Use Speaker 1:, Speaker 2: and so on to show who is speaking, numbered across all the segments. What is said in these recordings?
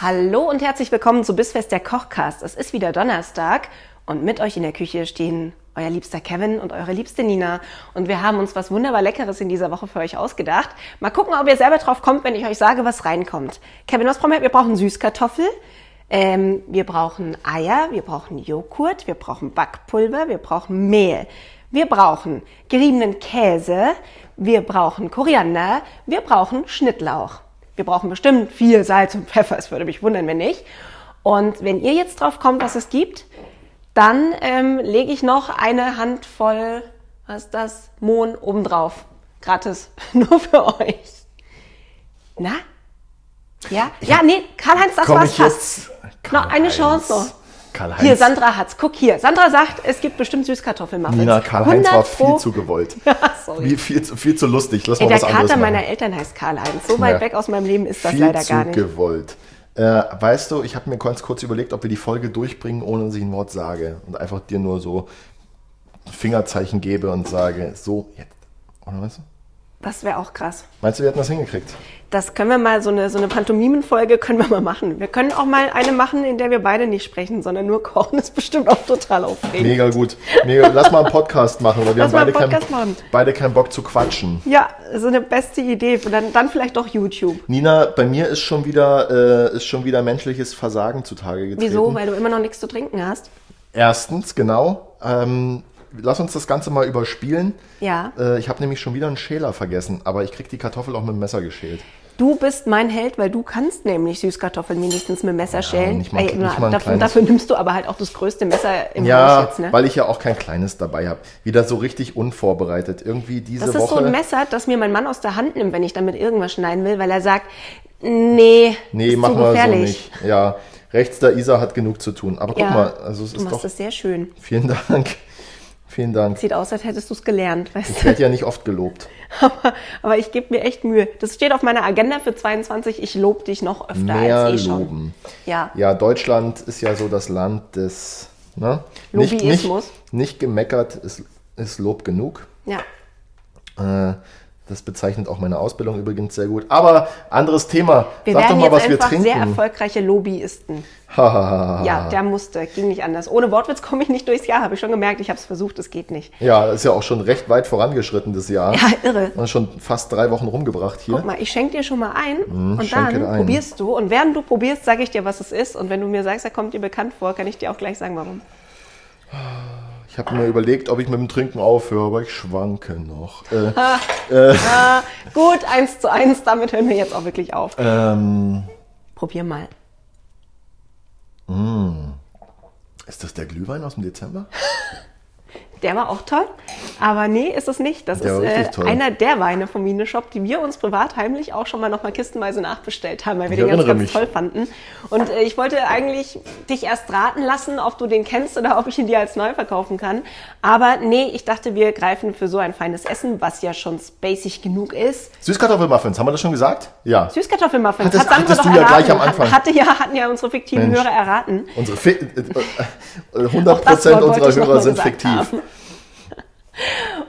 Speaker 1: Hallo und herzlich willkommen zu Bissfest der Kochcast. Es ist wieder Donnerstag und mit euch in der Küche stehen euer liebster Kevin und eure liebste Nina. Und wir haben uns was wunderbar Leckeres in dieser Woche für euch ausgedacht. Mal gucken, ob ihr selber drauf kommt, wenn ich euch sage, was reinkommt. Kevin, was brauchen wir? Wir brauchen Süßkartoffel. Ähm, wir brauchen Eier, wir brauchen Joghurt, wir brauchen Backpulver, wir brauchen Mehl, wir brauchen geriebenen Käse, wir brauchen Koriander, wir brauchen Schnittlauch. Wir brauchen bestimmt viel Salz und Pfeffer, es würde mich wundern, wenn nicht. Und wenn ihr jetzt drauf kommt, was es gibt, dann ähm, lege ich noch eine Handvoll, was ist das, Mohn obendrauf. Gratis, nur für euch. Na? Ja? Ja, nee, Karl-Heinz, das
Speaker 2: Komm
Speaker 1: war's
Speaker 2: ich
Speaker 1: fast.
Speaker 2: jetzt?
Speaker 1: Noch eine Chance noch.
Speaker 2: Karl-Heinz.
Speaker 1: Hier, Sandra hat's. Guck hier. Sandra sagt, es gibt bestimmt Süßkartoffelmuffins.
Speaker 2: Nina, Karl-Heinz
Speaker 1: 100
Speaker 2: war viel
Speaker 1: pro-
Speaker 2: zu gewollt.
Speaker 1: Ja, sorry.
Speaker 2: Wie- Viel, zu- viel zu lustig. Lass
Speaker 1: Ey,
Speaker 2: mal
Speaker 1: der
Speaker 2: was anderes
Speaker 1: Kater
Speaker 2: machen.
Speaker 1: meiner Eltern heißt Karl-Heinz. So weit
Speaker 2: Ja.
Speaker 1: weg aus meinem Leben ist das
Speaker 2: viel
Speaker 1: leider
Speaker 2: zu
Speaker 1: gar nicht.
Speaker 2: gewollt. Äh, weißt du, ich habe mir ganz kurz überlegt, ob wir die Folge durchbringen, ohne dass ich ein Wort sage und einfach dir nur so Fingerzeichen gebe und sage, so, jetzt. Oder weißt du?
Speaker 1: Das wäre auch krass.
Speaker 2: Meinst du, wir hätten das hingekriegt?
Speaker 1: Das können wir mal, so eine, so eine Pantomimenfolge können wir mal machen. Wir können auch mal eine machen, in der wir beide nicht sprechen, sondern nur kochen. Das ist bestimmt auch total aufregend.
Speaker 2: Mega gut. Mega. Lass mal einen Podcast machen, weil wir
Speaker 1: Lass mal
Speaker 2: haben beide,
Speaker 1: einen Podcast
Speaker 2: keinen,
Speaker 1: machen.
Speaker 2: beide keinen Bock zu quatschen.
Speaker 1: Ja, so eine beste Idee. Und dann, dann vielleicht doch YouTube.
Speaker 2: Nina, bei mir ist schon wieder, äh, ist schon wieder menschliches Versagen zutage getreten.
Speaker 1: Wieso? Weil du immer noch nichts zu trinken hast.
Speaker 2: Erstens, genau. Ähm, lass uns das Ganze mal überspielen.
Speaker 1: Ja.
Speaker 2: Äh, ich habe nämlich schon wieder einen Schäler vergessen, aber ich krieg die Kartoffel auch mit dem Messer geschält.
Speaker 1: Du bist mein Held, weil du kannst nämlich Süßkartoffeln wenigstens mit Messer schälen.
Speaker 2: nicht mal-
Speaker 1: Ey,
Speaker 2: nicht mal ein
Speaker 1: dafür,
Speaker 2: kleines-
Speaker 1: dafür nimmst du aber halt auch das größte Messer im
Speaker 2: Ja,
Speaker 1: Haus jetzt, ne?
Speaker 2: weil ich ja auch kein kleines dabei habe. Wieder so richtig unvorbereitet. Irgendwie diese
Speaker 1: Das ist so
Speaker 2: Woche.
Speaker 1: ein Messer, das mir mein Mann aus der Hand nimmt, wenn ich damit irgendwas schneiden will, weil er sagt, nee,
Speaker 2: nee,
Speaker 1: ist
Speaker 2: machen
Speaker 1: zu
Speaker 2: wir so
Speaker 1: gefährlich.
Speaker 2: nicht. Ja, rechts der Isa hat genug zu tun. Aber guck
Speaker 1: Ja,
Speaker 2: mal, also es
Speaker 1: du
Speaker 2: ist
Speaker 1: machst
Speaker 2: doch.
Speaker 1: das sehr schön.
Speaker 2: Vielen Dank. Vielen Dank.
Speaker 1: Sieht aus, als hättest du es gelernt,
Speaker 2: Ich
Speaker 1: weißt du.
Speaker 2: werde ja nicht oft gelobt.
Speaker 1: Aber, aber ich gebe mir echt Mühe. Das steht auf meiner Agenda für 22. Ich lobe dich noch öfter
Speaker 2: Mehr
Speaker 1: als eh schon.
Speaker 2: loben.
Speaker 1: Ja.
Speaker 2: Ja, Deutschland ist ja so das Land des ne?
Speaker 1: Lobbyismus.
Speaker 2: Nicht, nicht, nicht gemeckert ist, ist Lob genug.
Speaker 1: ja.
Speaker 2: Äh, das bezeichnet auch meine Ausbildung übrigens sehr gut. Aber anderes Thema.
Speaker 1: Wir
Speaker 2: Sag doch
Speaker 1: werden
Speaker 2: mal,
Speaker 1: jetzt
Speaker 2: was wir
Speaker 1: einfach sehr
Speaker 2: trinken. Ah.
Speaker 1: erfolgreiche Lobbyisten.
Speaker 2: Hahaha.
Speaker 1: Ja, der musste. Ging nicht anders. Ohne Wortwitz komme ich nicht durchs Jahr, habe ich schon gemerkt. Ich habe es versucht, es geht nicht.
Speaker 2: ja, das ist ja auch schon recht weit vorangeschritten das Jahr.
Speaker 1: Ja, irre.
Speaker 2: Und schon fast drei Wochen rumgebracht hier.
Speaker 1: Guck mal, ich schenke dir schon mal ein und
Speaker 2: schenk
Speaker 1: dann
Speaker 2: Mhm, dir ein.
Speaker 1: probierst du. Und während du probierst, sage ich dir, was es ist. Und wenn du mir sagst, er kommt dir bekannt vor, kann ich dir auch gleich sagen, warum.
Speaker 2: Ich habe mir überlegt, ob ich mit dem Trinken aufhöre, aber ich schwanke noch. Äh,
Speaker 1: Gut, eins zu eins, damit hören wir jetzt auch wirklich auf.
Speaker 2: ähm,
Speaker 1: Probier mal.
Speaker 2: ist das der Glühwein aus dem Dezember?
Speaker 1: Der war auch toll, aber nee, ist es nicht. Das
Speaker 2: Der war richtig
Speaker 1: ist äh,
Speaker 2: toll.
Speaker 1: einer der Weine vom Wiener Shop, die wir uns privat heimlich auch schon mal nochmal kistenweise nachbestellt haben, weil wir
Speaker 2: Ich
Speaker 1: den ganz,
Speaker 2: erinnere
Speaker 1: ganz
Speaker 2: mich.
Speaker 1: toll fanden. Und äh, ich wollte eigentlich dich erst raten lassen, ob du den kennst oder ob ich ihn dir als neu verkaufen kann. Aber nee, ich dachte, wir greifen für so ein feines Essen, was ja schon spacig genug ist.
Speaker 2: Süßkartoffelmuffins, haben wir das schon gesagt? Ja.
Speaker 1: Süßkartoffelmuffins.
Speaker 2: Hattest-
Speaker 1: hat Sandra
Speaker 2: hattest
Speaker 1: doch
Speaker 2: du ja
Speaker 1: erraten.
Speaker 2: gleich am Anfang.
Speaker 1: Hatte ja, hatten ja unsere fiktiven
Speaker 2: Mensch.
Speaker 1: Hörer erraten.
Speaker 2: Unsere Fi äh, äh,
Speaker 1: Auch das
Speaker 2: 100%
Speaker 1: Wort wollte
Speaker 2: unserer
Speaker 1: ich noch
Speaker 2: Hörer
Speaker 1: mal
Speaker 2: sind
Speaker 1: gesagt
Speaker 2: fiktiv.
Speaker 1: haben.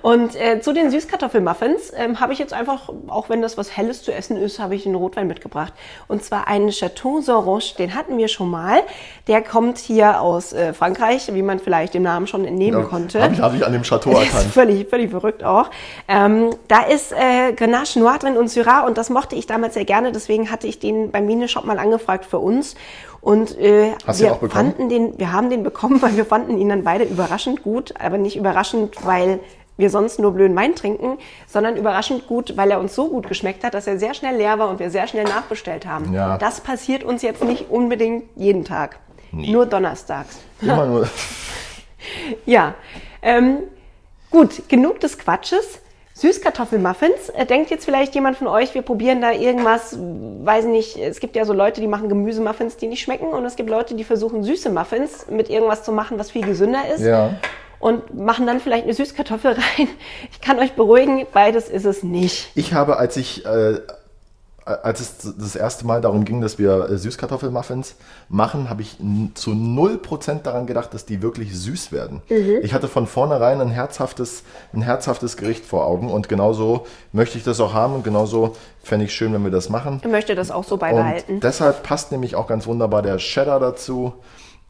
Speaker 1: Und äh, zu den Süßkartoffelmuffins ähm, habe ich jetzt einfach, auch wenn das was Helles zu essen ist, habe ich einen Rotwein mitgebracht. Und zwar einen Chateau Saint Roche, den hatten wir schon mal. Der kommt hier aus äh, Frankreich, wie man vielleicht dem Namen schon entnehmen konnte.
Speaker 2: Habe ich, Genau. hab ich an dem Chateau
Speaker 1: Das ist
Speaker 2: erkannt.
Speaker 1: völlig, völlig verrückt auch. Ähm, da ist äh, Grenache Noir drin und Syrah und das mochte ich damals sehr gerne. Deswegen hatte ich den beim Mine Shop mal angefragt für uns. Und äh,
Speaker 2: Hast du
Speaker 1: wir
Speaker 2: ihn auch bekommen?
Speaker 1: fanden den, wir haben den bekommen, weil wir fanden ihn dann beide überraschend gut, aber nicht überraschend, weil wir sonst nur blöden Wein trinken, sondern überraschend gut, weil er uns so gut geschmeckt hat, dass er sehr schnell leer war und wir sehr schnell nachbestellt haben.
Speaker 2: Ja.
Speaker 1: Das passiert uns jetzt nicht unbedingt jeden Tag.
Speaker 2: Nee.
Speaker 1: Nur donnerstags.
Speaker 2: Immer nur.
Speaker 1: Ja, ähm, gut, genug des Quatsches. Süßkartoffelmuffins. Äh, Denkt jetzt vielleicht jemand von euch, wir probieren da irgendwas, weiß nicht, es gibt ja so Leute, die machen Gemüsemuffins, die nicht schmecken und es gibt Leute, die versuchen süße Muffins mit irgendwas zu machen, was viel gesünder ist
Speaker 2: Ja.
Speaker 1: und machen dann vielleicht eine Süßkartoffel rein. Ich kann euch beruhigen, beides ist es nicht.
Speaker 2: Ich habe, als ich, äh, als es das erste Mal darum ging, dass wir äh, Süßkartoffelmuffins machen, habe ich n- zu 0% daran gedacht, dass die wirklich süß werden.
Speaker 1: Mhm.
Speaker 2: Ich hatte von vornherein ein herzhaftes, ein herzhaftes Gericht vor Augen und genauso möchte ich das auch haben und genauso fände ich schön, wenn wir das machen.
Speaker 1: Ich möchte das auch so beibehalten.
Speaker 2: Und deshalb passt nämlich auch ganz wunderbar der Cheddar dazu.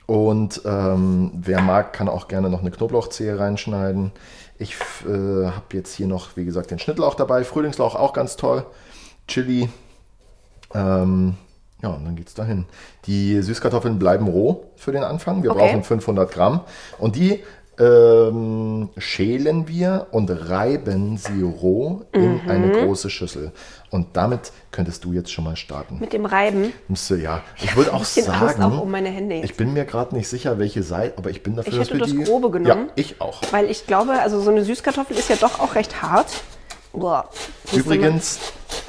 Speaker 2: Und ähm, wer mag, kann auch gerne noch eine Knoblauchzehe reinschneiden. Ich f- äh, habe jetzt hier noch, wie gesagt, den Schnittlauch dabei. Frühlingslauch auch ganz toll. Chili. Ähm, ja, und dann geht's dahin. Die Süßkartoffeln bleiben roh für den Anfang. Wir
Speaker 1: Okay.
Speaker 2: brauchen 500 Gramm. Und die ähm, schälen wir und reiben sie roh in
Speaker 1: Mhm.
Speaker 2: eine große Schüssel. Und damit könntest du jetzt schon mal starten.
Speaker 1: Mit dem Reiben.
Speaker 2: Müsste ja. Ich würde auch
Speaker 1: bisschen Angst
Speaker 2: sagen,
Speaker 1: auch um meine Hände jetzt.
Speaker 2: ich bin mir gerade nicht sicher, welche Seite, aber ich bin dafür,
Speaker 1: Ich hätte
Speaker 2: dass wir
Speaker 1: das
Speaker 2: die...
Speaker 1: Grobe genommen.
Speaker 2: Ja, ich auch.
Speaker 1: Weil ich glaube, also so eine Süßkartoffel ist ja doch auch recht hart. Boah. Das ist
Speaker 2: Übrigens,
Speaker 1: immer-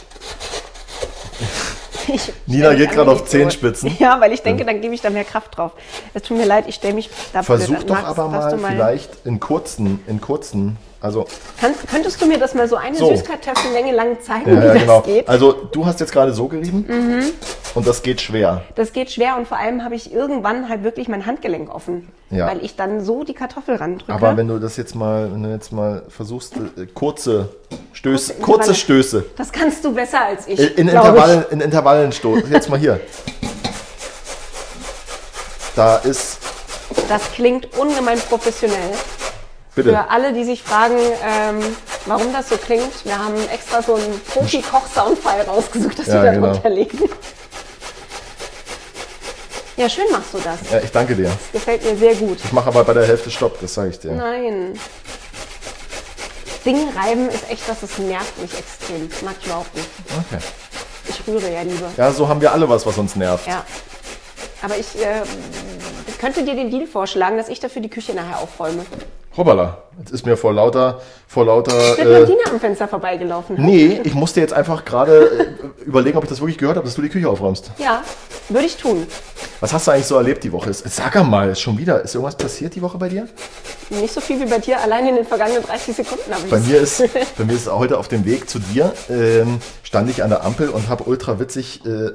Speaker 1: ich-
Speaker 2: Nina
Speaker 1: ich
Speaker 2: geht gerade auf
Speaker 1: eigentlich so-
Speaker 2: Zehenspitzen.
Speaker 1: Ja, weil ich denke, dann gebe ich da mehr Kraft drauf. Es tut mir leid, ich stelle mich da
Speaker 2: versuch
Speaker 1: blöd an.
Speaker 2: doch
Speaker 1: Max,
Speaker 2: aber
Speaker 1: darfst
Speaker 2: mal,
Speaker 1: du
Speaker 2: vielleicht in kurzen, in kurzen, also...
Speaker 1: Kannst, könntest du mir das mal so eine
Speaker 2: So.
Speaker 1: Süßkartoffellänge lang zeigen,
Speaker 2: Ja,
Speaker 1: wie
Speaker 2: ja,
Speaker 1: das
Speaker 2: genau.
Speaker 1: geht? Mhm.
Speaker 2: Also du hast jetzt gerade so gerieben und das geht schwer.
Speaker 1: das geht schwer und vor allem habe ich irgendwann halt wirklich mein Handgelenk offen,
Speaker 2: Ja.
Speaker 1: weil ich dann so die Kartoffel randrücke.
Speaker 2: Aber wenn du das jetzt mal, wenn du jetzt mal versuchst, äh, kurze
Speaker 1: Kurze
Speaker 2: Stöße,
Speaker 1: Intervalle.
Speaker 2: kurze Stöße.
Speaker 1: das kannst du besser als ich.
Speaker 2: In, in,
Speaker 1: glaub ich.
Speaker 2: Intervallen, in Intervallen stoßen. Jetzt mal hier. Da ist.
Speaker 1: Das klingt ungemein professionell.
Speaker 2: Bitte.
Speaker 1: Für alle, die sich fragen, ähm, warum das so klingt, wir haben extra so einen Profi-Koch-Soundfile rausgesucht, dass
Speaker 2: Ja,
Speaker 1: wir da
Speaker 2: genau.
Speaker 1: drunter legen. Ja, schön machst du das.
Speaker 2: Ja, ich danke dir.
Speaker 1: Gefällt mir sehr gut.
Speaker 2: Ich mache aber bei der Hälfte Stopp, das sage ich dir.
Speaker 1: Nein. Ding reiben ist echt, dass es nervt mich extrem. Mag ich überhaupt nicht.
Speaker 2: Okay.
Speaker 1: Ich rühre ja lieber.
Speaker 2: Ja, so haben wir alle was, was uns nervt.
Speaker 1: Ja. Aber ich äh, könnte dir den Deal vorschlagen, dass ich dafür die Küche nachher aufräume.
Speaker 2: Hoppala. Jetzt ist mir vor lauter, vor lauter.
Speaker 1: Wird äh,
Speaker 2: Äh,
Speaker 1: Martina am Fenster vorbeigelaufen?
Speaker 2: nee, ich musste jetzt einfach gerade äh, überlegen, ob ich das wirklich gehört habe, dass du die Küche aufräumst.
Speaker 1: Ja, würde ich tun.
Speaker 2: Was hast du eigentlich so erlebt die Woche? Sag mal, schon wieder. Ist irgendwas passiert die Woche bei dir?
Speaker 1: Nicht so viel wie bei dir, allein in den vergangenen 30 Sekunden habe ich
Speaker 2: Bei mir ist, bei mir ist heute auf dem Weg zu dir, ähm, stand ich an der Ampel und habe ultra witzig, äh,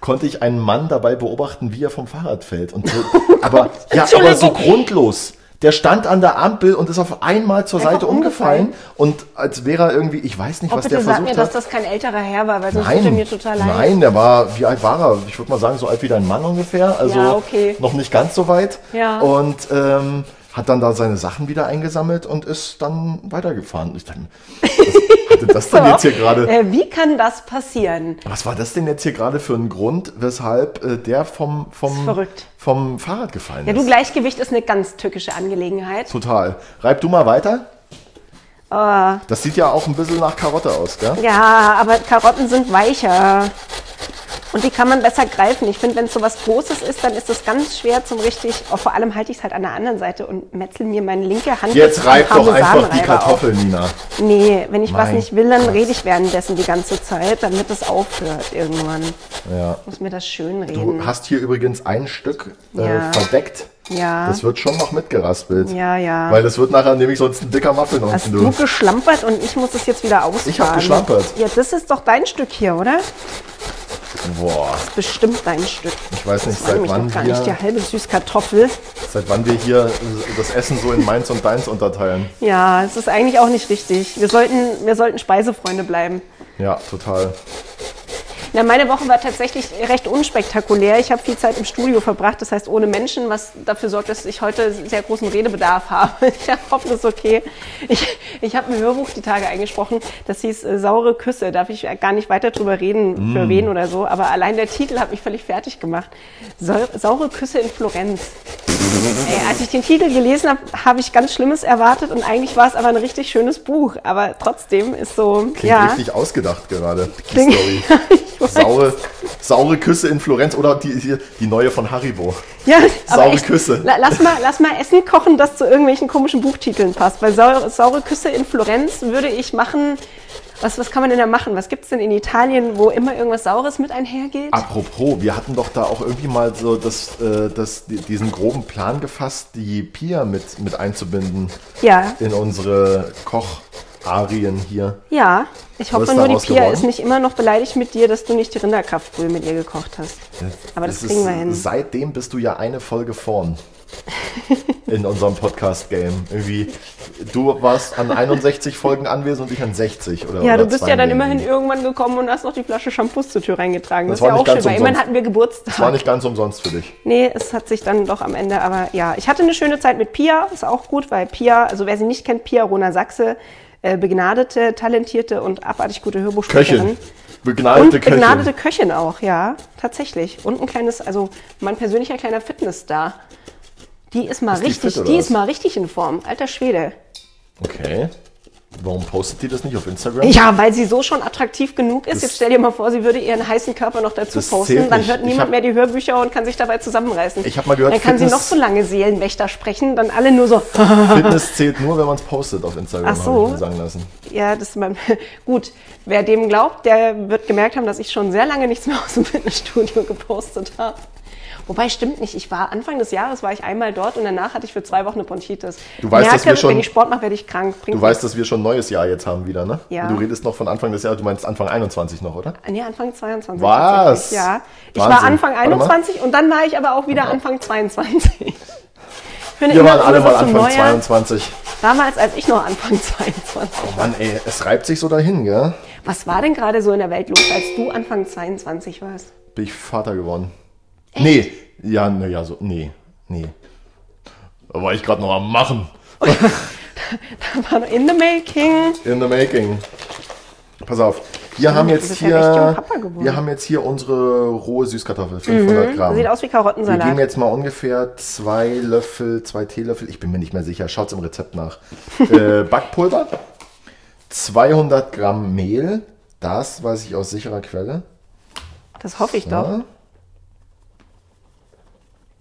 Speaker 2: konnte ich einen Mann dabei beobachten, wie er vom Fahrrad fällt. Und so, aber, ja, aber so
Speaker 1: Entschuldigung.
Speaker 2: grundlos. Der stand an der Ampel und ist auf einmal zur
Speaker 1: Einfach
Speaker 2: Seite umgefallen. und als wäre er irgendwie, ich weiß nicht,
Speaker 1: Oh,
Speaker 2: was
Speaker 1: bitte
Speaker 2: der
Speaker 1: sag
Speaker 2: versucht
Speaker 1: mir, dass
Speaker 2: hat.
Speaker 1: das kein älterer Herr war, weil sonst tut er
Speaker 2: Nein,
Speaker 1: mir total leid.
Speaker 2: nein, der war, wie alt war er? Ich würde mal sagen, so alt wie dein Mann ungefähr. Also
Speaker 1: Ja, okay.
Speaker 2: noch nicht ganz so weit.
Speaker 1: Ja.
Speaker 2: Und ähm, hat dann da seine Sachen wieder eingesammelt und ist dann weitergefahren. Ich dachte, was hatte das denn jetzt hier gerade?
Speaker 1: Äh, wie kann das passieren?
Speaker 2: Was war das denn jetzt hier gerade für ein Grund, weshalb äh, der vom,
Speaker 1: Ist
Speaker 2: vom,
Speaker 1: verrückt.
Speaker 2: vom Fahrrad gefallen
Speaker 1: Ja,
Speaker 2: ist?
Speaker 1: du, Gleichgewicht ist eine ganz tückische Angelegenheit.
Speaker 2: Total. Reib du mal weiter.
Speaker 1: Oh,
Speaker 2: Das sieht ja auch ein bisschen nach Karotte aus, gell?
Speaker 1: ja, aber Karotten sind weicher. Und die kann man besser greifen. Ich finde, wenn es so was Großes ist, dann ist es ganz schwer zum richtig. Oh, vor allem halte ich es halt an der anderen Seite und metzel mir meine linke Hand
Speaker 2: Jetzt
Speaker 1: mit
Speaker 2: reib
Speaker 1: einem
Speaker 2: doch einfach die
Speaker 1: Parmesanreiber auf.
Speaker 2: Kartoffel, Nina.
Speaker 1: Nee, wenn ich was
Speaker 2: Mein
Speaker 1: nicht will, dann
Speaker 2: Gott.
Speaker 1: rede ich währenddessen die ganze Zeit, damit es aufhört irgendwann.
Speaker 2: Ja.
Speaker 1: Ich muss mir das schön
Speaker 2: Du
Speaker 1: reden.
Speaker 2: hast hier übrigens ein Stück äh,
Speaker 1: Ja.
Speaker 2: verdeckt.
Speaker 1: Ja.
Speaker 2: Das wird schon noch mitgeraspelt.
Speaker 1: Ja, ja.
Speaker 2: Weil das wird nachher nämlich sonst ein dicker Muffin
Speaker 1: Hast
Speaker 2: unten,
Speaker 1: du
Speaker 2: du.
Speaker 1: geschlampert und ich muss es jetzt wieder ausfahren?
Speaker 2: Ich hab geschlampert.
Speaker 1: Ja, das ist doch dein Stück hier, oder?
Speaker 2: Boah,
Speaker 1: Bestimmt dein Stück.
Speaker 2: ich weiß nicht,
Speaker 1: Das war
Speaker 2: seit
Speaker 1: nämlich doch
Speaker 2: wann,
Speaker 1: gar nicht die
Speaker 2: wir,
Speaker 1: halbe Süßkartoffel.
Speaker 2: seit wann wir hier äh, das Essen so in meins und deins unterteilen.
Speaker 1: Ja, es ist eigentlich auch nicht richtig. Wir sollten, wir sollten Speisefreunde bleiben.
Speaker 2: Ja, total.
Speaker 1: Na, meine Woche war tatsächlich recht unspektakulär. Ich habe viel Zeit im Studio verbracht, das heißt ohne Menschen, was dafür sorgt, dass ich heute sehr großen Redebedarf habe. Ich hoffe, das ist okay. Ich, ich habe ein Hörbuch die Tage eingesprochen, das hieß äh, Saure Küsse. Darf ich gar nicht weiter drüber reden,
Speaker 2: Mm.
Speaker 1: für wen oder so, aber allein der Titel hat mich völlig fertig gemacht. Sau- Saure Küsse in Florenz. Ey, als ich den Titel gelesen habe, habe ich ganz Schlimmes erwartet und eigentlich war es aber ein richtig schönes Buch. Aber trotzdem ist so,
Speaker 2: Klingt
Speaker 1: ja.
Speaker 2: richtig ausgedacht gerade. die
Speaker 1: Klingt-
Speaker 2: Story.
Speaker 1: Ich weiß.
Speaker 2: Saure, saure Küsse in Florenz oder die, die, die neue von Haribo.
Speaker 1: Ja,
Speaker 2: Saure
Speaker 1: aber echt,
Speaker 2: Küsse.
Speaker 1: La, lass, mal, lass mal Essen kochen, das zu irgendwelchen komischen Buchtiteln passt. Weil saure, saure Küsse in Florenz würde ich machen. Was, was kann man denn da machen? Was gibt's denn in Italien, wo immer irgendwas Saures mit einhergeht?
Speaker 2: Ah. Apropos, wir hatten doch da auch irgendwie mal so das, äh, das, die- diesen groben Plan gefasst, die Pia mit, mit einzubinden
Speaker 1: Ja,
Speaker 2: in unsere Kocharien hier.
Speaker 1: ja. Ich
Speaker 2: Was
Speaker 1: hoffe
Speaker 2: ist
Speaker 1: nur, die
Speaker 2: daraus
Speaker 1: Pia
Speaker 2: geworden?
Speaker 1: ist nicht immer noch beleidigt mit dir, dass du nicht die Rinderkraftbrühe mit ihr gekocht hast. Aber das,
Speaker 2: Es
Speaker 1: kriegen
Speaker 2: ist-
Speaker 1: wir hin.
Speaker 2: Seitdem bist du ja eine Folge vorn in unserem Podcast-Game. Irgendwie, du warst an 61 Folgen anwesend und ich an 60 oder
Speaker 1: Ja,
Speaker 2: oder
Speaker 1: du bist ja dann
Speaker 2: 92.
Speaker 1: immerhin irgendwann gekommen und hast noch die Flasche Shampoos zur Tür reingetragen. Das,
Speaker 2: Das war
Speaker 1: ist ja
Speaker 2: nicht
Speaker 1: auch schön,
Speaker 2: ganz
Speaker 1: weil immerhin
Speaker 2: umsonst.
Speaker 1: hatten wir Geburtstag.
Speaker 2: Es war nicht ganz umsonst für dich.
Speaker 1: Nee, es hat sich dann doch am Ende, aber ja, ich hatte eine schöne Zeit mit Pia, ist auch gut, weil Pia, also wer sie nicht kennt, Pia Rona Sachse, äh, begnadete, talentierte und abartig gute Hörbuchsprecherin.
Speaker 2: Köchin. Begnadete
Speaker 1: Und
Speaker 2: Köchin.
Speaker 1: begnadete Köchin auch, ja, tatsächlich. Und ein kleines, also mein persönlicher kleiner Fitnessstar. Die ist mal
Speaker 2: die
Speaker 1: richtig,
Speaker 2: fit,
Speaker 1: die,
Speaker 2: oder was?
Speaker 1: ist mal richtig in Form, alter Schwede.
Speaker 2: Okay. Warum postet die das nicht auf Instagram?
Speaker 1: Ja, weil sie so schon attraktiv genug ist.
Speaker 2: Das-
Speaker 1: Jetzt stell dir mal vor, sie würde ihren heißen Körper noch dazu
Speaker 2: Das
Speaker 1: posten.
Speaker 2: zählt
Speaker 1: Dann
Speaker 2: nicht.
Speaker 1: hört
Speaker 2: Ich
Speaker 1: niemand
Speaker 2: hab-
Speaker 1: mehr die Hörbücher und kann sich dabei zusammenreißen.
Speaker 2: Ich hab mal gehört,
Speaker 1: Dann kann sie
Speaker 2: Fitness-
Speaker 1: noch so lange Seelenwächter sprechen, dann alle nur so.
Speaker 2: Fitness zählt nur, wenn man es postet auf Instagram,
Speaker 1: Ach
Speaker 2: habe
Speaker 1: so.
Speaker 2: ich mir sagen lassen.
Speaker 1: Ja, das ist mein gut. Wer dem glaubt, der wird gemerkt haben, dass ich schon sehr lange nichts mehr aus dem Fitnessstudio gepostet habe. Wobei stimmt nicht. Ich war Anfang des Jahres war ich einmal dort und danach hatte ich für zwei Wochen eine Bronchitis.
Speaker 2: Du weißt, dass wir schon-
Speaker 1: wenn ich Sport mache, werde ich krank. Bringt
Speaker 2: Du weißt, dass wir schon ein neues Jahr jetzt haben wieder, ne?
Speaker 1: Ja.
Speaker 2: Du redest noch von Anfang des Jahres, du meinst Anfang 21 noch, oder?
Speaker 1: Äh, Nee, Anfang 22.
Speaker 2: Was?
Speaker 1: tatsächlich, Ja. Ich war
Speaker 2: Wahnsinn.
Speaker 1: Anfang
Speaker 2: Warte mal.
Speaker 1: 21 und dann war ich aber auch wieder Anfang 22. Ich finde
Speaker 2: Wir
Speaker 1: immer,
Speaker 2: waren
Speaker 1: immer
Speaker 2: alle
Speaker 1: so
Speaker 2: mal
Speaker 1: zum
Speaker 2: Anfang
Speaker 1: Neujahr-
Speaker 2: 22.
Speaker 1: Damals, als ich noch Anfang 22 war.
Speaker 2: Mann, ey, es reibt sich so dahin, gell?
Speaker 1: Was war denn gerade so in der Welt los, als du Anfang 22 warst?
Speaker 2: Bin ich Vater geworden. Nee. Ja, naja, so, nee, nee. Da war ich gerade noch am Machen.
Speaker 1: Da war noch in the making.
Speaker 2: In the making. Pass auf. Wir haben jetzt
Speaker 1: bist ja echt jung
Speaker 2: hier,
Speaker 1: Papa geworden. Mhm,
Speaker 2: wir haben jetzt hier unsere rohe Süßkartoffel, 500 Gramm.
Speaker 1: Sieht aus wie
Speaker 2: Wir
Speaker 1: Karottensalat.
Speaker 2: geben jetzt mal ungefähr zwei Löffel, zwei Teelöffel, ich bin mir nicht mehr sicher, schaut's im Rezept nach. äh, Backpulver, 200 Gramm Mehl, das weiß ich aus sicherer Quelle.
Speaker 1: das hoffe ich doch.
Speaker 2: Ja.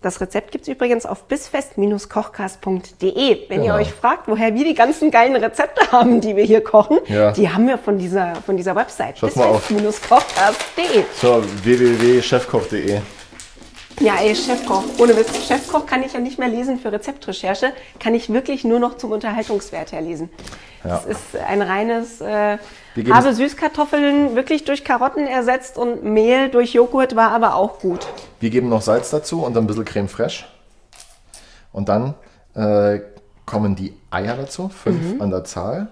Speaker 1: Das Rezept gibt's übrigens auf bisfest-kochcast.de. Wenn ihr
Speaker 2: Genau.
Speaker 1: euch fragt, woher wir die ganzen geilen Rezepte haben, die wir hier kochen,
Speaker 2: Ja.
Speaker 1: die haben wir von dieser, von dieser Website.
Speaker 2: Schaut mal auf.
Speaker 1: bisfest-kochcast.de.
Speaker 2: So, www.chefkoch.de.
Speaker 1: Ja, ey, Chefkoch. Ohne Witz, Chefkoch kann ich ja nicht mehr lesen für Rezeptrecherche, kann ich wirklich nur noch zum Unterhaltungswert herlesen. Das ist ein reines, äh,
Speaker 2: Wir geben-
Speaker 1: habe Süßkartoffeln wirklich durch Karotten ersetzt und Mehl durch Joghurt war aber auch gut.
Speaker 2: Wir geben noch Salz dazu und ein bisschen Creme Fraiche. Und dann äh, kommen die Eier dazu, fünf
Speaker 1: Mhm.
Speaker 2: an der Zahl.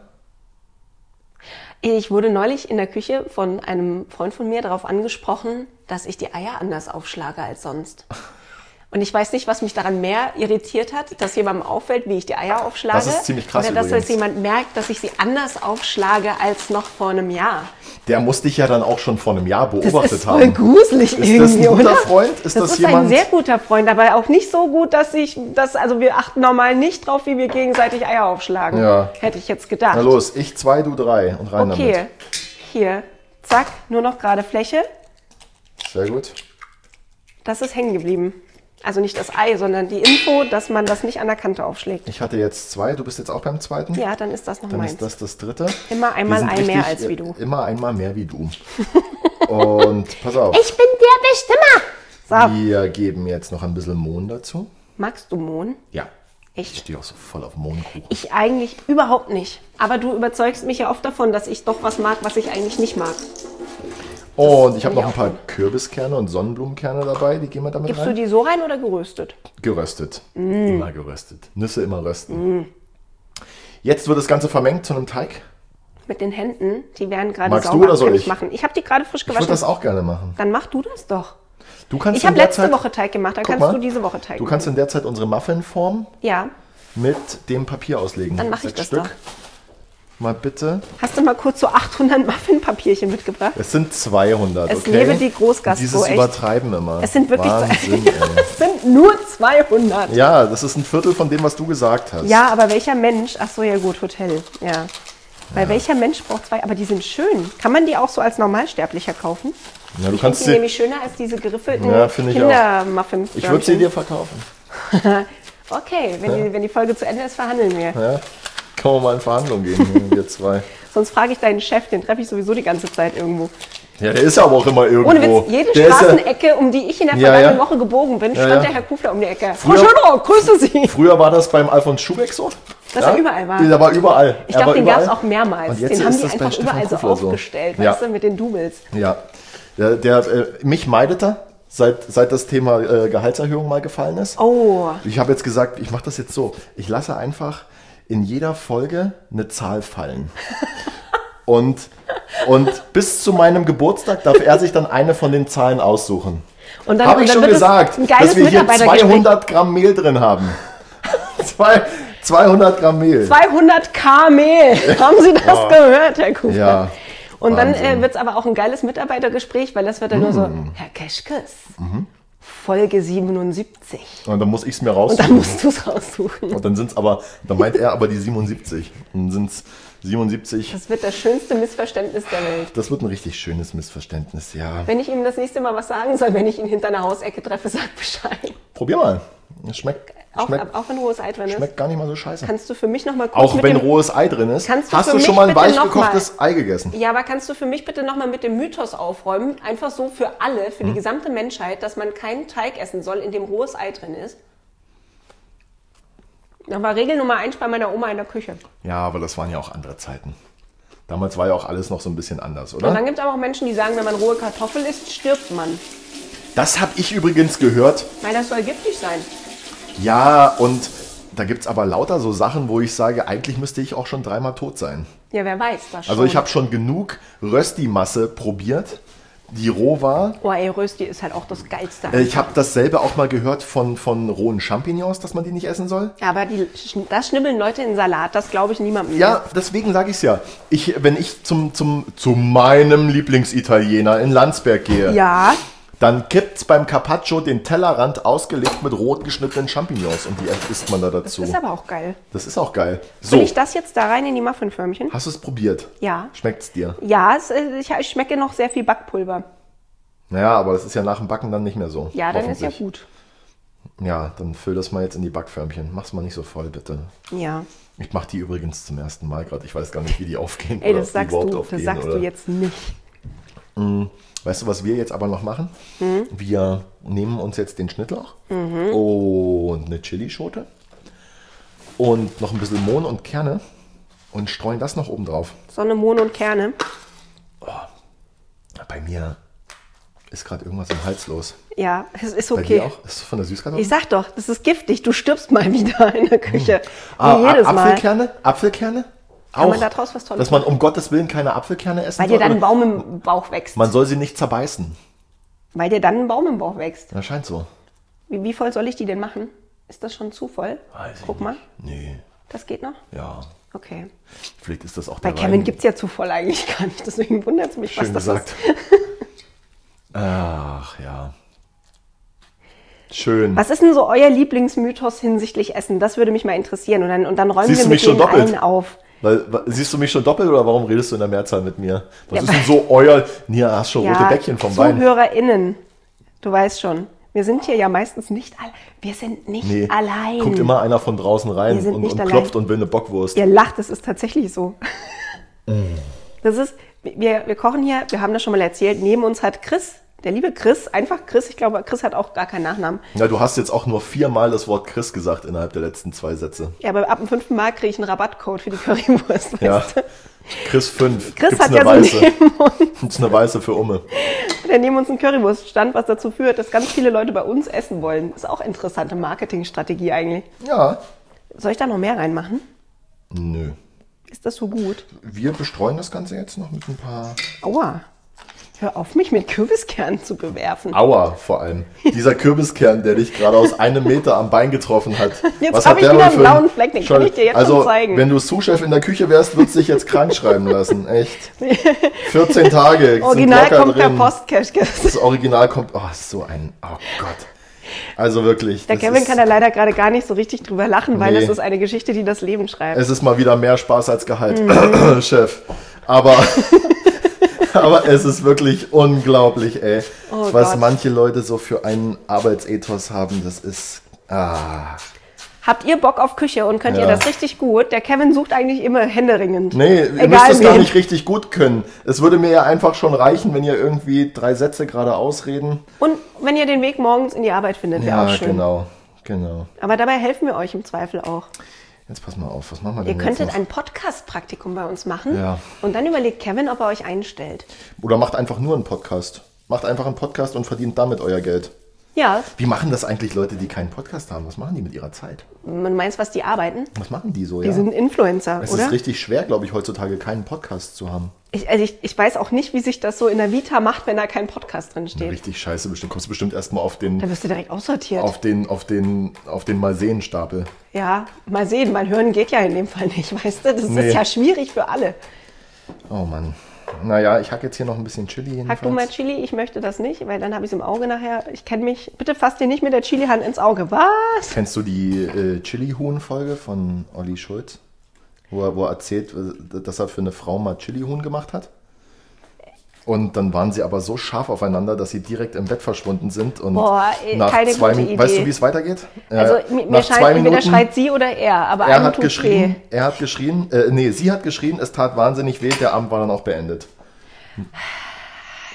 Speaker 1: Ich wurde neulich in der Küche von einem Freund von mir darauf angesprochen, dass ich die Eier anders aufschlage als sonst. Und ich weiß nicht, was mich daran mehr irritiert hat, dass jemandem auffällt, wie ich die Eier aufschlage.
Speaker 2: Das ist ziemlich krass
Speaker 1: Oder dass
Speaker 2: übrigens.
Speaker 1: jetzt jemand merkt, dass ich sie anders aufschlage als noch vor einem Jahr.
Speaker 2: Der musste ich ja dann auch schon vor einem Jahr
Speaker 1: Das
Speaker 2: beobachtet
Speaker 1: ist voll
Speaker 2: haben.
Speaker 1: gruselig
Speaker 2: das
Speaker 1: irgendwie,
Speaker 2: ein guter
Speaker 1: oder?
Speaker 2: Freund? Ist
Speaker 1: das,
Speaker 2: das
Speaker 1: ist ein
Speaker 2: jemand-
Speaker 1: sehr guter Freund, aber auch nicht so gut, dass ich das, also wir achten normal nicht drauf, wie wir gegenseitig Eier aufschlagen.
Speaker 2: Ja.
Speaker 1: Hätte ich jetzt gedacht.
Speaker 2: Na los, ich zwei, du drei und rein
Speaker 1: Okay,
Speaker 2: damit.
Speaker 1: hier, zack, nur noch gerade Fläche.
Speaker 2: Sehr gut.
Speaker 1: Das ist hängen geblieben. Also nicht das Ei, sondern die Info, dass man das nicht an der Kante aufschlägt.
Speaker 2: Ich hatte jetzt zwei, du bist jetzt auch beim zweiten.
Speaker 1: Ja, dann ist das noch
Speaker 2: Dann
Speaker 1: meins.
Speaker 2: ist das das dritte.
Speaker 1: Immer
Speaker 2: Wir
Speaker 1: einmal
Speaker 2: sind
Speaker 1: ein mehr
Speaker 2: richtig,
Speaker 1: als
Speaker 2: äh,
Speaker 1: wie du.
Speaker 2: Immer einmal mehr wie du. Und pass auf,
Speaker 1: ich bin der Bestimmer! So,
Speaker 2: wir geben jetzt noch ein bisschen Mohn dazu.
Speaker 1: magst du Mohn?
Speaker 2: Ja. Ich
Speaker 1: Echt?
Speaker 2: stehe auch so voll auf Mohnkuchen.
Speaker 1: Ich eigentlich überhaupt nicht. Aber du überzeugst mich ja oft davon, dass ich doch was mag, was ich eigentlich nicht mag.
Speaker 2: Und ich habe noch
Speaker 1: ich
Speaker 2: ein paar Kürbiskerne und Sonnenblumenkerne dabei, die gehen wir damit
Speaker 1: Gibst du Mm.
Speaker 2: rein.
Speaker 1: die so rein oder geröstet?
Speaker 2: geröstet. Immer geröstet. Nüsse immer rösten.
Speaker 1: Mm.
Speaker 2: Jetzt wird das Ganze vermengt zu einem Teig.
Speaker 1: Mit den Händen, die werden gerade
Speaker 2: Magst du
Speaker 1: sauber.
Speaker 2: oder soll
Speaker 1: Kann
Speaker 2: ich?
Speaker 1: machen. Ich habe die gerade frisch
Speaker 2: Ich würde
Speaker 1: gewaschen.
Speaker 2: das auch gerne machen.
Speaker 1: Dann mach du das doch.
Speaker 2: Du kannst
Speaker 1: Ich habe
Speaker 2: in der
Speaker 1: letzte
Speaker 2: Zeit-
Speaker 1: Woche Teig gemacht, dann
Speaker 2: Guck
Speaker 1: kannst
Speaker 2: mal,
Speaker 1: du diese Woche Teig
Speaker 2: Du kannst in der Zeit unsere Muffin formen
Speaker 1: Ja,
Speaker 2: mit dem Papier auslegen.
Speaker 1: Dann mach ich
Speaker 2: Sechs
Speaker 1: das
Speaker 2: Stück.
Speaker 1: doch.
Speaker 2: mal bitte.
Speaker 1: Hast du mal kurz so 800 Muffinpapierchen mitgebracht?
Speaker 2: Es sind 200.
Speaker 1: Es
Speaker 2: okay?
Speaker 1: lebe die Großgastro,
Speaker 2: Dieses
Speaker 1: echt.
Speaker 2: Übertreiben immer.
Speaker 1: Es sind wirklich
Speaker 2: Wahnsinn, ey.
Speaker 1: es sind nur 200. Ja.
Speaker 2: Ja, das ist ein Viertel von dem, was du gesagt hast.
Speaker 1: aber welcher Mensch? Ach so, ja gut, Hotel. Ja. Weil welcher Mensch braucht zwei? Aber die sind schön. Kann man die auch so als Normalsterblicher kaufen?
Speaker 2: Ja, du
Speaker 1: Ich finde
Speaker 2: kannst
Speaker 1: die
Speaker 2: sie,
Speaker 1: nämlich schöner als diese geriffelten
Speaker 2: Ja, finde ich auch.
Speaker 1: Kindermuffins.
Speaker 2: ich würde sie dir verkaufen.
Speaker 1: Okay, wenn, die, wenn die Folge zu Ende ist, verhandeln wir.
Speaker 2: Ja? Können wir mal in Verhandlungen gehen, wir zwei.
Speaker 1: Sonst frage ich deinen Chef, den treffe ich sowieso die ganze Zeit irgendwo.
Speaker 2: Ja, der ist ja aber auch immer irgendwo.
Speaker 1: Ohne Witz, jede
Speaker 2: der ist ja,
Speaker 1: Straßenecke, um die ich in der
Speaker 2: Ja,
Speaker 1: vergangenen
Speaker 2: ja.
Speaker 1: Woche gebogen bin, stand
Speaker 2: ja.
Speaker 1: der Herr Kufler um die Ecke. Frau
Speaker 2: Früher-
Speaker 1: Schönrock, grüße Sie.
Speaker 2: Früher war das beim Alfons Schubeck so.
Speaker 1: Dass er überall war.
Speaker 2: Der war überall.
Speaker 1: Ich
Speaker 2: Er war
Speaker 1: glaube, den gab es
Speaker 2: überall.
Speaker 1: auch
Speaker 2: Und
Speaker 1: mehrmals.
Speaker 2: jetzt
Speaker 1: Den haben
Speaker 2: ist
Speaker 1: die
Speaker 2: das bei
Speaker 1: einfach
Speaker 2: Stefan
Speaker 1: überall so
Speaker 2: Kufler so.
Speaker 1: aufgestellt,
Speaker 2: Ja.
Speaker 1: weißt du, mit den Doubles.
Speaker 2: Ja, der, der, äh, mich meidet er, seit, seit das Thema äh, Gehaltserhöhung mal gefallen ist.
Speaker 1: Oh,
Speaker 2: Ich habe jetzt gesagt, ich mache das jetzt so. Ich lasse einfach in jeder Folge eine Zahl fallen. Und, und bis zu meinem Geburtstag darf er sich dann eine von den Zahlen aussuchen.
Speaker 1: Und dann-
Speaker 2: habe
Speaker 1: und
Speaker 2: ich
Speaker 1: dann
Speaker 2: schon
Speaker 1: wird es
Speaker 2: gesagt,
Speaker 1: ein geiles
Speaker 2: dass wir hier
Speaker 1: Mitarbeitergespräch.
Speaker 2: 200 Gramm Mehl drin haben. Zwei, 200 Gramm Mehl.
Speaker 1: 200 K Mehl. Haben Sie das gehört, Herr Kufler?
Speaker 2: Oh. Ja.
Speaker 1: Und dann
Speaker 2: Wahnsinn. Mm.
Speaker 1: äh, wird es aber auch ein geiles Mitarbeitergespräch, weil das wird dann nur so, Herr Keschkes,
Speaker 2: Mhm.
Speaker 1: Folge 77.
Speaker 2: Und dann muss ich es mir
Speaker 1: Und dann
Speaker 2: raussuchen.
Speaker 1: musst du es raussuchen.
Speaker 2: Und dann sind es aber, dann meint er aber die 77. Und sind es 77.
Speaker 1: Das wird das schönste Missverständnis der Welt.
Speaker 2: Das wird ein richtig schönes Missverständnis, ja.
Speaker 1: Wenn ich ihm das nächste Mal was sagen soll, wenn ich ihn hinter einer Hausecke treffe, sag Bescheid.
Speaker 2: Probier mal. Es Schmeckt,
Speaker 1: Auch,
Speaker 2: schmeckt,
Speaker 1: auch wenn rohes Ei drin ist.
Speaker 2: schmeckt gar nicht mal so scheiße.
Speaker 1: Kannst du für mich nochmal kurz
Speaker 2: Auch
Speaker 1: mit
Speaker 2: wenn
Speaker 1: dem,
Speaker 2: rohes Ei drin ist,
Speaker 1: Kannst du
Speaker 2: hast
Speaker 1: für
Speaker 2: du schon
Speaker 1: mich
Speaker 2: mal ein
Speaker 1: bitte
Speaker 2: weich
Speaker 1: noch
Speaker 2: gekochtes Ei gegessen.
Speaker 1: Ja, aber kannst du für mich bitte nochmal mit dem Mythos aufräumen? Einfach so für alle,
Speaker 2: Mhm.
Speaker 1: für die gesamte Menschheit, dass man keinen Teig essen soll, in dem rohes Ei drin ist. Das war Regel Nummer eins bei meiner Oma in der Küche.
Speaker 2: Ja, aber das waren ja auch andere Zeiten. Damals war ja auch alles noch so ein bisschen anders,
Speaker 1: Und
Speaker 2: oder?
Speaker 1: dann gibt es aber auch Menschen, die sagen, wenn man rohe Kartoffel isst, stirbt man.
Speaker 2: Das habe ich übrigens gehört.
Speaker 1: Weil das soll giftig sein.
Speaker 2: Ja, und da gibt es aber lauter so Sachen, wo ich sage, eigentlich müsste ich auch schon dreimal tot sein.
Speaker 1: Ja, wer weiß das schon.
Speaker 2: Also ich habe schon genug Rösti-Masse probiert, die roh war.
Speaker 1: Oh ey, Rösti ist halt auch das Geilste.
Speaker 2: Äh, Ich habe dasselbe auch mal gehört von, von rohen Champignons, dass man die nicht essen soll.
Speaker 1: aber die, das schnibbeln Leute in Salat, das glaube ich niemandem.
Speaker 2: Ja, deswegen sage ich's ja. Ich, wenn ich zum, zum, zu meinem Lieblingsitaliener in Landsberg gehe,
Speaker 1: Ja,
Speaker 2: dann kippt's beim Carpaccio den Tellerrand ausgelegt mit rot geschnittenen Champignons und die isst man da dazu.
Speaker 1: ist aber auch geil.
Speaker 2: Das ist auch geil.
Speaker 1: Will
Speaker 2: So,
Speaker 1: ich das jetzt da rein in die Muffinförmchen?
Speaker 2: hast du es probiert?
Speaker 1: Ja.
Speaker 2: Schmeckt's dir?
Speaker 1: Ja, es, äh, ich, ich schmecke noch sehr viel Backpulver.
Speaker 2: Naja, aber das ist ja nach dem Backen dann nicht mehr so.
Speaker 1: Ja, dann ist ja
Speaker 2: hoffentlich.
Speaker 1: gut.
Speaker 2: Ja, dann füll das mal jetzt in die Backförmchen. Mach's mal nicht so voll, bitte.
Speaker 1: Ja.
Speaker 2: Ich mache die übrigens zum ersten Mal gerade. Ich weiß gar nicht, wie die aufgehen.
Speaker 1: Ey,
Speaker 2: oder ob
Speaker 1: das
Speaker 2: die
Speaker 1: sagst
Speaker 2: überhaupt
Speaker 1: du, das
Speaker 2: aufgehen,
Speaker 1: sagst
Speaker 2: oder?
Speaker 1: du jetzt nicht.
Speaker 2: Weißt du, was wir jetzt aber noch machen?
Speaker 1: Hm?
Speaker 2: Wir nehmen uns jetzt den Schnittlauch
Speaker 1: Mhm.
Speaker 2: und eine Chilischote und noch ein bisschen Mohn und Kerne und streuen das noch oben drauf.
Speaker 1: Sonne, Mond und Kerne.
Speaker 2: Bei mir ist gerade irgendwas im Hals los.
Speaker 1: Ja, es ist
Speaker 2: Bei
Speaker 1: okay.
Speaker 2: dir auch? Ist es von der Süßkartoffel?
Speaker 1: Ich sag doch, das ist giftig. Du stirbst mal wieder in der Küche.
Speaker 2: Ah,
Speaker 1: Wie
Speaker 2: A-
Speaker 1: jedes Mal.
Speaker 2: Apfelkerne? Apfelkerne? Auch.
Speaker 1: man da draus was Tolles
Speaker 2: Dass man um Gottes Willen keine Apfelkerne essen
Speaker 1: Weil dir dann ein
Speaker 2: oder?
Speaker 1: Baum im Bauch wächst.
Speaker 2: Man soll sie nicht zerbeißen.
Speaker 1: Weil dir dann ein Baum im Bauch wächst.
Speaker 2: Das scheint so.
Speaker 1: Wie, wie voll soll ich die denn machen? Ist das schon zu voll?
Speaker 2: Weiß ich
Speaker 1: Guck mal,
Speaker 2: Nee,
Speaker 1: das geht noch?
Speaker 2: ja.
Speaker 1: Okay.
Speaker 2: Vielleicht ist das auch
Speaker 1: Bei
Speaker 2: der
Speaker 1: Kevin
Speaker 2: Wein.
Speaker 1: gibt es ja zu voll eigentlich gar nicht. Deswegen wundert es mich,
Speaker 2: Schön
Speaker 1: was das
Speaker 2: gesagt.
Speaker 1: ist.
Speaker 2: Ach ja. Schön.
Speaker 1: Was ist denn so euer Lieblingsmythos hinsichtlich Essen? Das würde mich mal interessieren. Und dann, und dann räumen
Speaker 2: Siehst
Speaker 1: wir
Speaker 2: du
Speaker 1: mit
Speaker 2: mich schon
Speaker 1: denen
Speaker 2: doppelt?
Speaker 1: allen auf.
Speaker 2: Weil, wa- siehst du mich schon doppelt oder warum redest du in der Mehrzahl mit mir? Was
Speaker 1: Ja,
Speaker 2: ist denn so euer. Nia, hast schon rote Bäckchen vom Wein.
Speaker 1: ZuhörerInnen, du weißt schon, wir sind hier ja meistens nicht allein. Wir sind nicht allein.
Speaker 2: Guckt immer einer von draußen
Speaker 1: Wir
Speaker 2: rein
Speaker 1: sind
Speaker 2: und,
Speaker 1: nicht
Speaker 2: und
Speaker 1: allein.
Speaker 2: klopft und will eine Bockwurst.
Speaker 1: Ihr lacht, es ist tatsächlich so.
Speaker 2: Mm.
Speaker 1: Das ist, wir, wir kochen hier, wir haben das schon mal erzählt, neben uns hat Chris, der liebe Chris, einfach Chris, ich glaube, Chris hat auch gar keinen Nachnamen.
Speaker 2: Ja, du hast jetzt auch nur viermal das Wort Chris gesagt innerhalb der letzten zwei Sätze.
Speaker 1: Ja, aber ab dem fünften Mal kriege ich einen Rabattcode für die Currywurst. weißt
Speaker 2: Ja.
Speaker 1: du?
Speaker 2: Chris 5.
Speaker 1: Chris
Speaker 2: Gibt's
Speaker 1: hat
Speaker 2: eine
Speaker 1: ja so
Speaker 2: weiße.
Speaker 1: neben uns
Speaker 2: Gibt's eine weiße für Umme.
Speaker 1: Wir nehmen uns einen Currywurststand, was dazu führt, dass ganz viele Leute bei uns essen wollen. Ist auch interessante Marketingstrategie eigentlich.
Speaker 2: Ja.
Speaker 1: Soll ich da noch mehr reinmachen?
Speaker 2: Nö.
Speaker 1: Ist das so gut?
Speaker 2: Wir bestreuen das Ganze jetzt noch mit ein paar
Speaker 1: Aua. Hör auf, mich mit Kürbiskernen zu bewerfen.
Speaker 2: Aua, vor allem. Dieser Kürbiskern, der dich gerade aus einem Meter am Bein getroffen hat.
Speaker 1: Jetzt
Speaker 2: Was
Speaker 1: hab
Speaker 2: hat
Speaker 1: ich
Speaker 2: der
Speaker 1: wieder
Speaker 2: wohl
Speaker 1: einen
Speaker 2: für
Speaker 1: blauen Fleck, den kann
Speaker 2: Entschuldigung,
Speaker 1: ich dir jetzt
Speaker 2: also,
Speaker 1: schon zeigen.
Speaker 2: Wenn du Sous-Chef in der Küche wärst, würdest du dich jetzt krank schreiben lassen. Echt. 14 Tage. sind
Speaker 1: Original
Speaker 2: locker
Speaker 1: kommt per
Speaker 2: drin.
Speaker 1: Postcash.
Speaker 2: Das Original kommt. Oh, ist so ein. Oh Gott. Also wirklich.
Speaker 1: Der
Speaker 2: das
Speaker 1: Kevin
Speaker 2: ist,
Speaker 1: kann da leider gerade gar nicht so richtig drüber lachen, weil
Speaker 2: Nee.
Speaker 1: es ist eine Geschichte, die das Leben schreibt.
Speaker 2: Es ist mal wieder mehr Spaß als Gehalt,
Speaker 1: Mhm.
Speaker 2: Chef. Aber, aber es ist wirklich unglaublich, ey.
Speaker 1: Oh
Speaker 2: was
Speaker 1: Gott.
Speaker 2: manche Leute so für einen Arbeitsethos haben, das ist. Ah.
Speaker 1: Habt ihr Bock auf Küche und könnt ihr
Speaker 2: Ja.
Speaker 1: das richtig gut? Der Kevin sucht eigentlich immer händeringend.
Speaker 2: Nee, ihr müsst es gar nicht richtig gut können. Es würde mir ja einfach schon reichen, wenn ihr irgendwie drei Sätze gerade ausreden.
Speaker 1: Und wenn ihr den Weg morgens in die Arbeit findet, wäre auch
Speaker 2: Ja,
Speaker 1: schön.
Speaker 2: genau. Genau.
Speaker 1: Aber dabei helfen wir euch im Zweifel auch.
Speaker 2: Jetzt pass mal auf, was machen wir
Speaker 1: Ihr
Speaker 2: denn jetzt
Speaker 1: könntet
Speaker 2: noch?
Speaker 1: ein Podcast-Praktikum bei uns machen
Speaker 2: Ja.
Speaker 1: und dann überlegt Kevin, ob er euch einstellt.
Speaker 2: Oder macht einfach nur einen Podcast. Macht einfach einen Podcast und verdient damit euer Geld.
Speaker 1: Ja,
Speaker 2: Wie machen das eigentlich Leute, die keinen Podcast haben? Was machen die mit ihrer Zeit?
Speaker 1: man meint, was die arbeiten.
Speaker 2: Was machen die so,
Speaker 1: Die
Speaker 2: ja?
Speaker 1: sind Influencer,
Speaker 2: es
Speaker 1: oder?
Speaker 2: ist richtig schwer, glaube ich, heutzutage keinen Podcast zu haben.
Speaker 1: Ich, also ich, ich weiß auch nicht, wie sich das so in der Vita macht, wenn da kein Podcast drin steht.
Speaker 2: Richtig scheiße, bestimmt. Kommst du bestimmt erstmal auf
Speaker 1: Dann
Speaker 2: den,
Speaker 1: wirst du direkt aussortiert.
Speaker 2: auf den, auf den, auf den Mal sehen Stapel.
Speaker 1: Ja, mal sehen, mal hören geht ja in dem Fall nicht, weißt du? Das
Speaker 2: Nee.
Speaker 1: ist ja schwierig für alle.
Speaker 2: Oh Mann. Naja, ich hack jetzt hier noch ein bisschen Chili
Speaker 1: Hack du mal
Speaker 2: jedenfalls.
Speaker 1: Chili, ich möchte das nicht, weil dann habe ich es im Auge nachher. Ich kenne mich. Bitte fass dir nicht mit der Chili-Hand ins Auge. Was?
Speaker 2: Kennst du die äh, Chili-Huhn-Folge von Olli Schulz? Wo er, wo er erzählt, äh, dass er für eine Frau mal Chili-Huhn gemacht hat? Und dann waren sie aber so scharf aufeinander, dass sie direkt im Bett verschwunden sind. Und
Speaker 1: Boah, ey,
Speaker 2: nach
Speaker 1: keine
Speaker 2: zwei
Speaker 1: gute
Speaker 2: Minuten.
Speaker 1: Idee.
Speaker 2: Weißt du, wie es weitergeht? Ja,
Speaker 1: Also mir, mir
Speaker 2: nach
Speaker 1: scheint,
Speaker 2: zwei
Speaker 1: entweder
Speaker 2: Minuten-
Speaker 1: schreit sie oder er, aber
Speaker 2: Er
Speaker 1: einem
Speaker 2: hat
Speaker 1: tut's
Speaker 2: geschrien,
Speaker 1: weh.
Speaker 2: er hat geschrien, äh, nee, sie hat geschrien, es tat wahnsinnig weh, der Abend war dann auch beendet.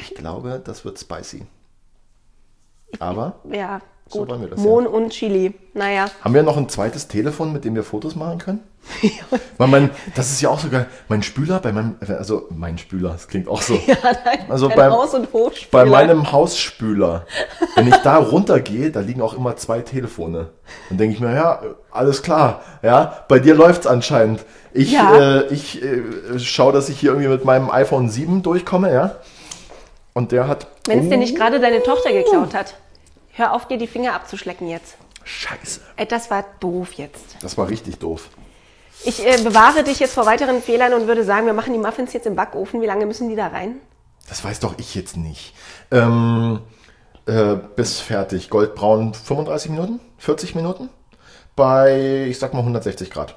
Speaker 2: Ich glaube, das wird spicy. Aber
Speaker 1: Ja,
Speaker 2: So
Speaker 1: gut.
Speaker 2: wollen wir das,
Speaker 1: Mohn und Chili. Naja,
Speaker 2: haben wir noch ein zweites Telefon, mit dem wir Fotos machen können? Weil mein, das ist ja auch so geil. Mein Spüler, bei meinem, also mein Spüler, das klingt auch so. also
Speaker 1: ein
Speaker 2: beim,
Speaker 1: Haus- und Hofspüler.
Speaker 2: bei meinem Hausspüler, wenn ich da runtergehe, da liegen auch immer zwei Telefone. Dann denke ich mir, ja, alles klar, ja, bei dir läuft's anscheinend. Ich,
Speaker 1: Ja.
Speaker 2: äh, ich äh, schaue, dass ich hier irgendwie mit meinem iPhone 7 durchkomme, ja. Und der hat. oh,
Speaker 1: Wenn es dir nicht gerade deine Tochter geklaut hat. Hör auf, dir die Finger abzuschlecken jetzt.
Speaker 2: Scheiße.
Speaker 1: Ey, das war doof jetzt.
Speaker 2: Das war richtig doof.
Speaker 1: Ich äh, bewahre dich jetzt vor weiteren Fehlern und würde sagen, wir machen die Muffins jetzt im Backofen. Wie lange müssen die da rein?
Speaker 2: Das weiß doch ich jetzt nicht. Ähm, äh, bis fertig. Goldbraun 35 Minuten? 40 Minuten? Bei, ich sag mal 160 Grad.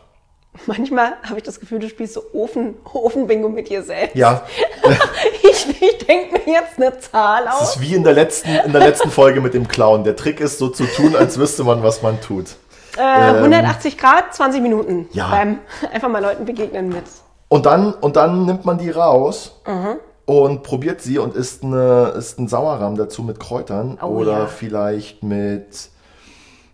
Speaker 1: Manchmal habe ich das Gefühl, du spielst so Ofen, Ofenbingo mit dir selbst.
Speaker 2: Ja,
Speaker 1: Ich, ich denke mir jetzt eine Zahl
Speaker 2: Das
Speaker 1: aus.
Speaker 2: ist wie in der letzten, in der letzten Folge mit dem Clown. Der Trick ist, so zu tun, als wüsste man, was man tut.
Speaker 1: Äh, 180 Grad, 20 Minuten.
Speaker 2: ähm, Ja.
Speaker 1: Beim einfach mal Leuten begegnen mit.
Speaker 2: Und dann, und dann nimmt man die raus und probiert sie und isst, eine, isst einen Sauerrahm dazu mit Kräutern
Speaker 1: Oh
Speaker 2: oder
Speaker 1: ja.
Speaker 2: vielleicht mit.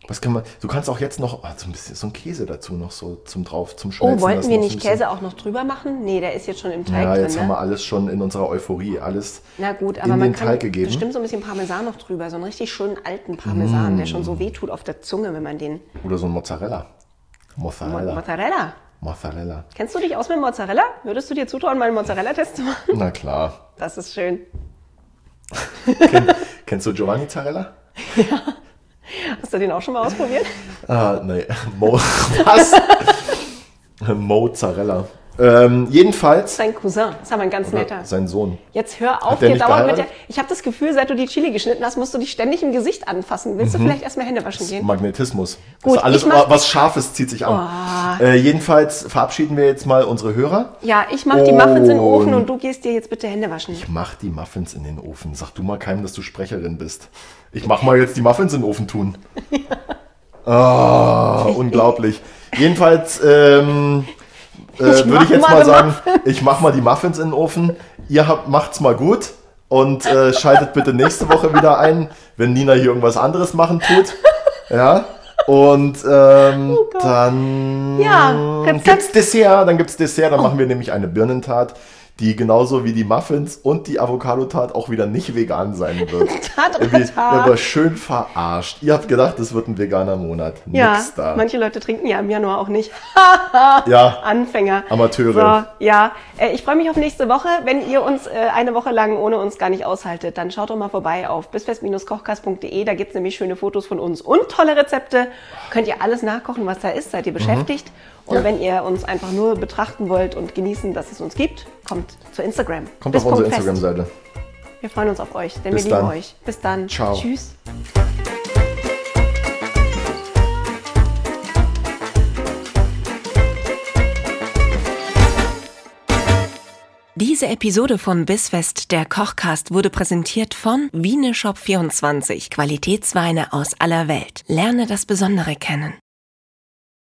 Speaker 2: Was kann man? Du kannst auch jetzt noch ah, so ein bisschen so einen Käse dazu noch so zum drauf
Speaker 1: Oh,
Speaker 2: zum Schmelzen.
Speaker 1: wollten
Speaker 2: lassen,
Speaker 1: wir
Speaker 2: noch so ein
Speaker 1: nicht
Speaker 2: bisschen-
Speaker 1: Käse auch noch drüber machen? Nee, der ist jetzt schon im Teig
Speaker 2: Ja, jetzt
Speaker 1: drin.
Speaker 2: haben
Speaker 1: ne?
Speaker 2: wir alles schon in unserer Euphorie alles
Speaker 1: Na gut, aber
Speaker 2: in
Speaker 1: man
Speaker 2: den
Speaker 1: kann
Speaker 2: Teig gegeben.
Speaker 1: bestimmt so ein bisschen Parmesan noch drüber. So einen richtig schönen alten Parmesan, der
Speaker 2: Mm.
Speaker 1: schon so wehtut auf der Zunge, wenn man den...
Speaker 2: Oder so ein Mozzarella.
Speaker 1: Mo-
Speaker 2: Mozzarella.
Speaker 1: Mozzarella.
Speaker 2: Mozzarella.
Speaker 1: Kennst du dich aus mit Mozzarella? Würdest du dir zutrauen, mal einen Mozzarella-Test zu machen?
Speaker 2: Na klar.
Speaker 1: Das ist schön.
Speaker 2: Kennst du Giovanni Zarella?
Speaker 1: Hast du den auch schon mal ausprobiert?
Speaker 2: Ah, nee. Mo Was? Mozzarella. Ähm, jedenfalls
Speaker 1: Sein Cousin, das ist aber ein ganz netter.
Speaker 2: sein Sohn.
Speaker 1: Jetzt hör auf,
Speaker 2: Hat der
Speaker 1: dir
Speaker 2: nicht
Speaker 1: dauernd mit der.
Speaker 2: geheiratet?
Speaker 1: Ich habe das Gefühl, seit du die Chili geschnitten hast, musst du dich ständig im Gesicht anfassen. Willst
Speaker 2: Mhm.
Speaker 1: du vielleicht erstmal Hände waschen gehen?
Speaker 2: Magnetismus.
Speaker 1: Gut,
Speaker 2: ist alles,
Speaker 1: ich mach-
Speaker 2: was Scharfes zieht sich an. Äh, jedenfalls verabschieden wir jetzt mal unsere Hörer.
Speaker 1: Ja, ich mache
Speaker 2: Oh.
Speaker 1: die Muffins in den Ofen
Speaker 2: Und-
Speaker 1: und du gehst dir jetzt bitte Hände waschen.
Speaker 2: Mach die Muffins in den Ofen. Sag du mal keinem, dass du Sprecherin bist. Ich mach mal jetzt die Muffins in den Ofen tun. Ah, unglaublich. Jedenfalls ähm, äh, würde
Speaker 1: mach
Speaker 2: ich jetzt
Speaker 1: mal
Speaker 2: mal
Speaker 1: die
Speaker 2: sagen, ich mach mal die Muffins in den Ofen. Ihr habt, macht's mal gut und äh, schaltet bitte nächste Woche wieder ein, wenn Nina hier irgendwas anderes machen tut. Ja. Und ähm,
Speaker 1: Oh Gott.
Speaker 2: dann
Speaker 1: Ja, Oh. Rezept.
Speaker 2: gibt's Dessert, dann gibt's Dessert, dann machen wir nämlich eine Birnentat, die genauso wie die Muffins und die Avocado-Tart auch wieder nicht vegan sein wird.
Speaker 1: Tat oder
Speaker 2: Irgendwie,
Speaker 1: Tat?
Speaker 2: aber schön verarscht. Ihr habt gedacht, es wird ein veganer Monat.
Speaker 1: Ja,
Speaker 2: Nix da.
Speaker 1: manche Leute trinken ja im Januar auch nicht.
Speaker 2: Ja,
Speaker 1: Ah, Anfänger.
Speaker 2: Amateure.
Speaker 1: So, ja, Äh, ich freue mich auf nächste Woche. Wenn ihr uns äh, eine Woche lang ohne uns gar nicht aushaltet, dann schaut doch mal vorbei auf bisfest-kochkast.de. Da gibt's nämlich schöne Fotos von uns und tolle Rezepte. Könnt ihr alles nachkochen, was da ist, seid ihr beschäftigt. Und
Speaker 2: Mhm. Ja.
Speaker 1: wenn ihr uns einfach nur betrachten wollt und genießen, dass es uns gibt, kommt zu Instagram.
Speaker 2: Kommt auf unsere
Speaker 1: Punkt fest.
Speaker 2: Instagram-Seite.
Speaker 1: Wir freuen uns auf euch, denn
Speaker 2: Bis
Speaker 1: wir lieben
Speaker 2: dann.
Speaker 1: euch. Bis dann.
Speaker 2: Ciao.
Speaker 1: Tschüss. Diese Episode von Bissfest, der Kochcast, wurde präsentiert von Wieneshop24, Qualitätsweine aus aller Welt. Lerne das Besondere kennen.